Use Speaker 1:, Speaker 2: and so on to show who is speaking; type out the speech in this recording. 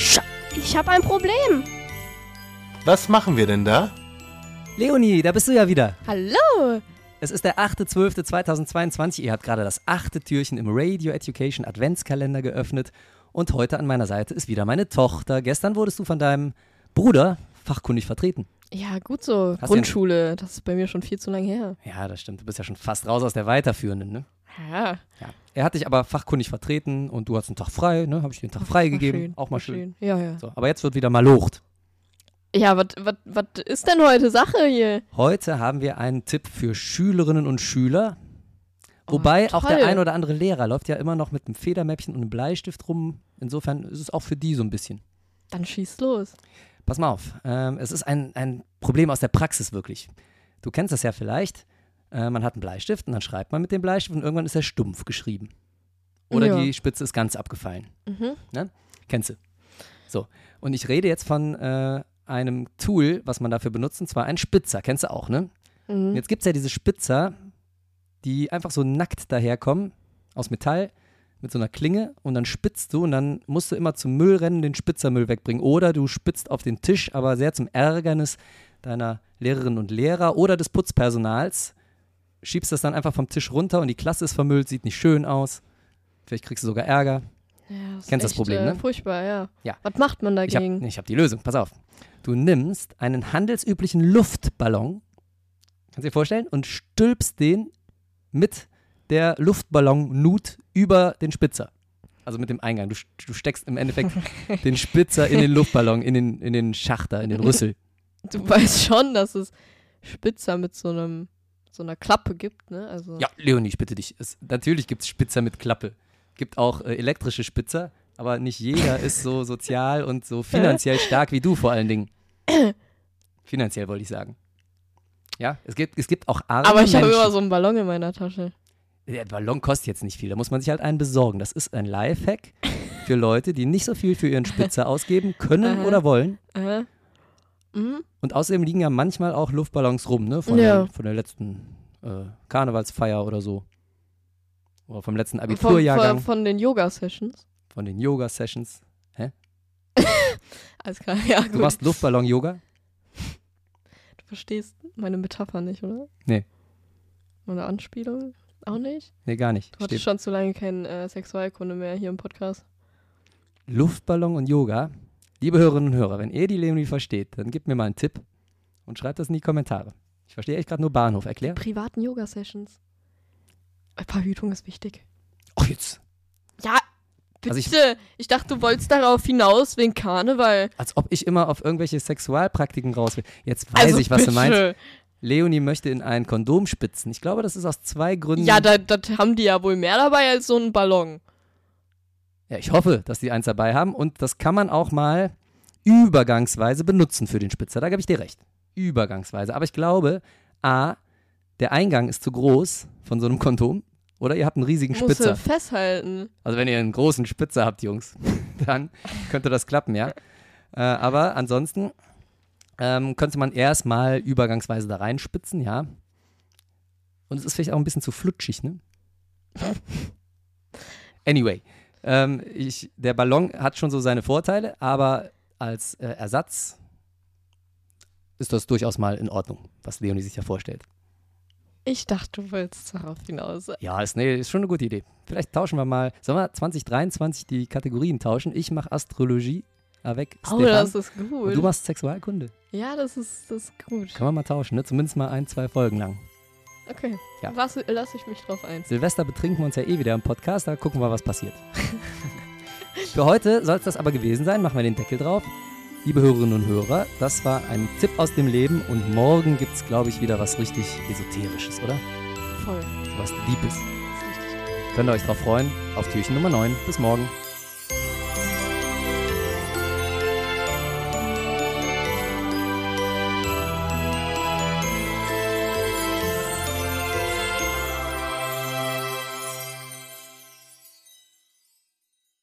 Speaker 1: Ich habe ein Problem.
Speaker 2: Was machen wir denn da?
Speaker 3: Leonie, da bist du ja wieder.
Speaker 1: Hallo.
Speaker 3: Es ist der 8.12.2022. Ihr habt gerade das achte Türchen im Radio Education Adventskalender geöffnet. Und heute an meiner Seite ist wieder meine Tochter. Gestern wurdest du von deinem Bruder fachkundig vertreten.
Speaker 1: Ja, gut so.
Speaker 3: ja-
Speaker 1: Grundschule, das ist bei mir schon viel zu lang her.
Speaker 3: Ja, das stimmt. Du bist ja schon fast raus aus der Weiterführenden, ne?
Speaker 1: Ja,
Speaker 3: Ja. Er hat dich aber fachkundig vertreten und du hast einen Tag frei, ne? Habe ich dir einen Tag frei gegeben. auch mal schön.
Speaker 1: Ja, ja.
Speaker 3: So, aber jetzt wird wieder mal locht.
Speaker 1: Ja, was ist denn heute Sache hier?
Speaker 3: Heute haben wir einen Tipp für Schülerinnen und Schüler. Wobei auch
Speaker 1: Oh, toll.
Speaker 3: der ein oder andere Lehrer läuft ja immer noch mit einem Federmäppchen und einem Bleistift rum. Insofern ist es auch für die so ein bisschen.
Speaker 1: Dann schieß los.
Speaker 3: Pass mal auf, ähm, es ist ein, ein Problem aus der Praxis wirklich. Du kennst das ja vielleicht. Äh, man hat einen Bleistift und dann schreibt man mit dem Bleistift und irgendwann ist er stumpf geschrieben. Oder
Speaker 1: Ja.
Speaker 3: die Spitze ist ganz abgefallen.
Speaker 1: Mhm.
Speaker 3: Ne? Kennst du. So, und ich rede jetzt von äh, einem Tool, was man dafür benutzt, und zwar einen Spitzer. Kennst du auch, ne? Und
Speaker 1: Mhm.
Speaker 3: Jetzt gibt es ja diese Spitzer, die einfach so nackt daherkommen, aus Metall, mit so einer Klinge und dann spitzt du und dann musst du immer zum Müll rennen, den Spitzermüll wegbringen. Oder du spitzt auf den Tisch, aber sehr zum Ärgernis deiner Lehrerinnen und Lehrer oder des Putzpersonals, schiebst das dann einfach vom Tisch runter und die Klasse ist vermüllt, sieht nicht schön aus. Vielleicht kriegst du sogar Ärger.
Speaker 1: Ja, ist äh,
Speaker 3: Kennst das Problem, ne?
Speaker 1: Furchtbar, ja.
Speaker 3: Ja.
Speaker 1: Was macht man
Speaker 3: Ich habe
Speaker 1: dagegen?
Speaker 3: nee, ich hab die Lösung, pass auf. Du nimmst einen handelsüblichen Luftballon, kannst dir vorstellen, und stülpst den mit der Luftballon-Nut über den Spitzer. Also mit dem Eingang. Du, st- du steckst im Endeffekt den Spitzer in den Luftballon, in den, in den Schachter, in den Rüssel.
Speaker 1: Du weißt schon, dass es Spitzer mit so einem so einer Klappe gibt, ne? Also
Speaker 3: Ja, Leonie, ich bitte dich. Es, natürlich gibt es Spitzer mit Klappe. Gibt auch äh, elektrische Spitzer, aber nicht jeder ist so sozial und so finanziell stark wie du vor allen Dingen. Finanziell wollte ich sagen. Ja, es gibt, es gibt auch arme
Speaker 1: Aber ich habe
Speaker 3: Menschen.
Speaker 1: immer so einen Ballon in meiner Tasche.
Speaker 3: Der Ballon kostet jetzt nicht viel, da muss man sich halt einen besorgen. Das ist ein Lifehack für Leute, die nicht so viel für ihren Spitzer ausgeben können
Speaker 1: Aha.
Speaker 3: oder wollen.
Speaker 1: Äh? Mhm.
Speaker 3: Und außerdem liegen ja manchmal auch Luftballons rum, ne? Von,
Speaker 1: Ja.
Speaker 3: der, von der letzten äh, Karnevalsfeier oder so. Oder vom letzten
Speaker 1: Von, von,
Speaker 3: Abiturjahrgang.
Speaker 1: von den Yoga-Sessions.
Speaker 3: von den Yoga-Sessions.
Speaker 1: Alles klar, ja, gut.
Speaker 3: Du machst Luftballon-Yoga?
Speaker 1: Du verstehst meine Metapher nicht, oder?
Speaker 3: Nee.
Speaker 1: Meine Anspielung? Auch nicht?
Speaker 3: Nee, gar nicht.
Speaker 1: Du hattest
Speaker 3: Steht
Speaker 1: schon zu lange keinen äh, Sexualkunde mehr hier im Podcast.
Speaker 3: Luftballon und Yoga. Liebe Hörerinnen und Hörer, wenn ihr die Leonie versteht, dann gebt mir mal einen Tipp und schreibt das in die Kommentare. Ich verstehe echt gerade nur Bahnhof. Erklär.
Speaker 1: Privaten Yoga-Sessions. Äh, Verhütung ist wichtig.
Speaker 3: Ach, Oh, jetzt.
Speaker 1: Ja, bitte.
Speaker 3: Also ich-
Speaker 1: ich, dachte, du wolltest darauf hinaus wegen Karneval.
Speaker 3: Als ob ich immer auf irgendwelche Sexualpraktiken raus will. Jetzt weiß
Speaker 1: also,
Speaker 3: ich, was
Speaker 1: bitte.
Speaker 3: du meinst. Leonie möchte in ein Kondom spitzen. Ich glaube, das ist aus zwei Gründen.
Speaker 1: Ja, da, da haben die ja wohl mehr dabei als so einen Ballon.
Speaker 3: ja, ich hoffe, dass die eins dabei haben. Und das kann man auch mal übergangsweise benutzen für den Spitzer. Da gebe ich dir recht. Übergangsweise. Aber ich glaube, A, der Eingang ist zu groß von so einem Kondom. Oder ihr habt einen riesigen
Speaker 1: Musst du
Speaker 3: Spitzer.
Speaker 1: festhalten.
Speaker 3: Also wenn ihr einen großen Spitzer habt, Jungs, dann könnte das klappen, ja. Äh, aber ansonsten ähm, könnte man erstmal übergangsweise da reinspitzen, ja. Und es ist vielleicht auch ein bisschen zu flutschig, ne? Anyway, ähm, ich, der Ballon hat schon so seine Vorteile, aber als äh, Ersatz ist das durchaus mal in Ordnung, was Leonie sich ja vorstellt.
Speaker 1: Ich dachte, du wolltest darauf hinaus. Oh,
Speaker 3: Ja, ist, nee, ist schon eine gute Idee. Vielleicht tauschen wir mal. Sollen wir 2023 die Kategorien tauschen? Ich mache Astrologie, ah, weg.
Speaker 1: Oh,
Speaker 3: Stefan.
Speaker 1: das ist
Speaker 3: Und
Speaker 1: gut.
Speaker 3: du machst Sexualkunde.
Speaker 1: ja, das ist, das ist gut.
Speaker 3: Kann man mal tauschen, ne? Zumindest mal ein, zwei Folgen lang.
Speaker 1: Okay.
Speaker 3: Ja.
Speaker 1: Lass, lass ich mich drauf ein.
Speaker 3: Silvester betrinken wir uns ja eh wieder im Podcast, da gucken wir, was passiert. Für heute soll es das aber gewesen sein. Machen wir den Deckel drauf. Liebe Hörerinnen und Hörer, das war ein Tipp aus dem Leben und morgen gibt es, glaube ich, wieder was richtig Esoterisches, oder?
Speaker 1: Voll.
Speaker 3: Was
Speaker 1: Das
Speaker 3: Deepes.
Speaker 1: ist richtig.
Speaker 3: Könnt ihr euch drauf freuen? Auf Türchen Nummer 9. Bis morgen.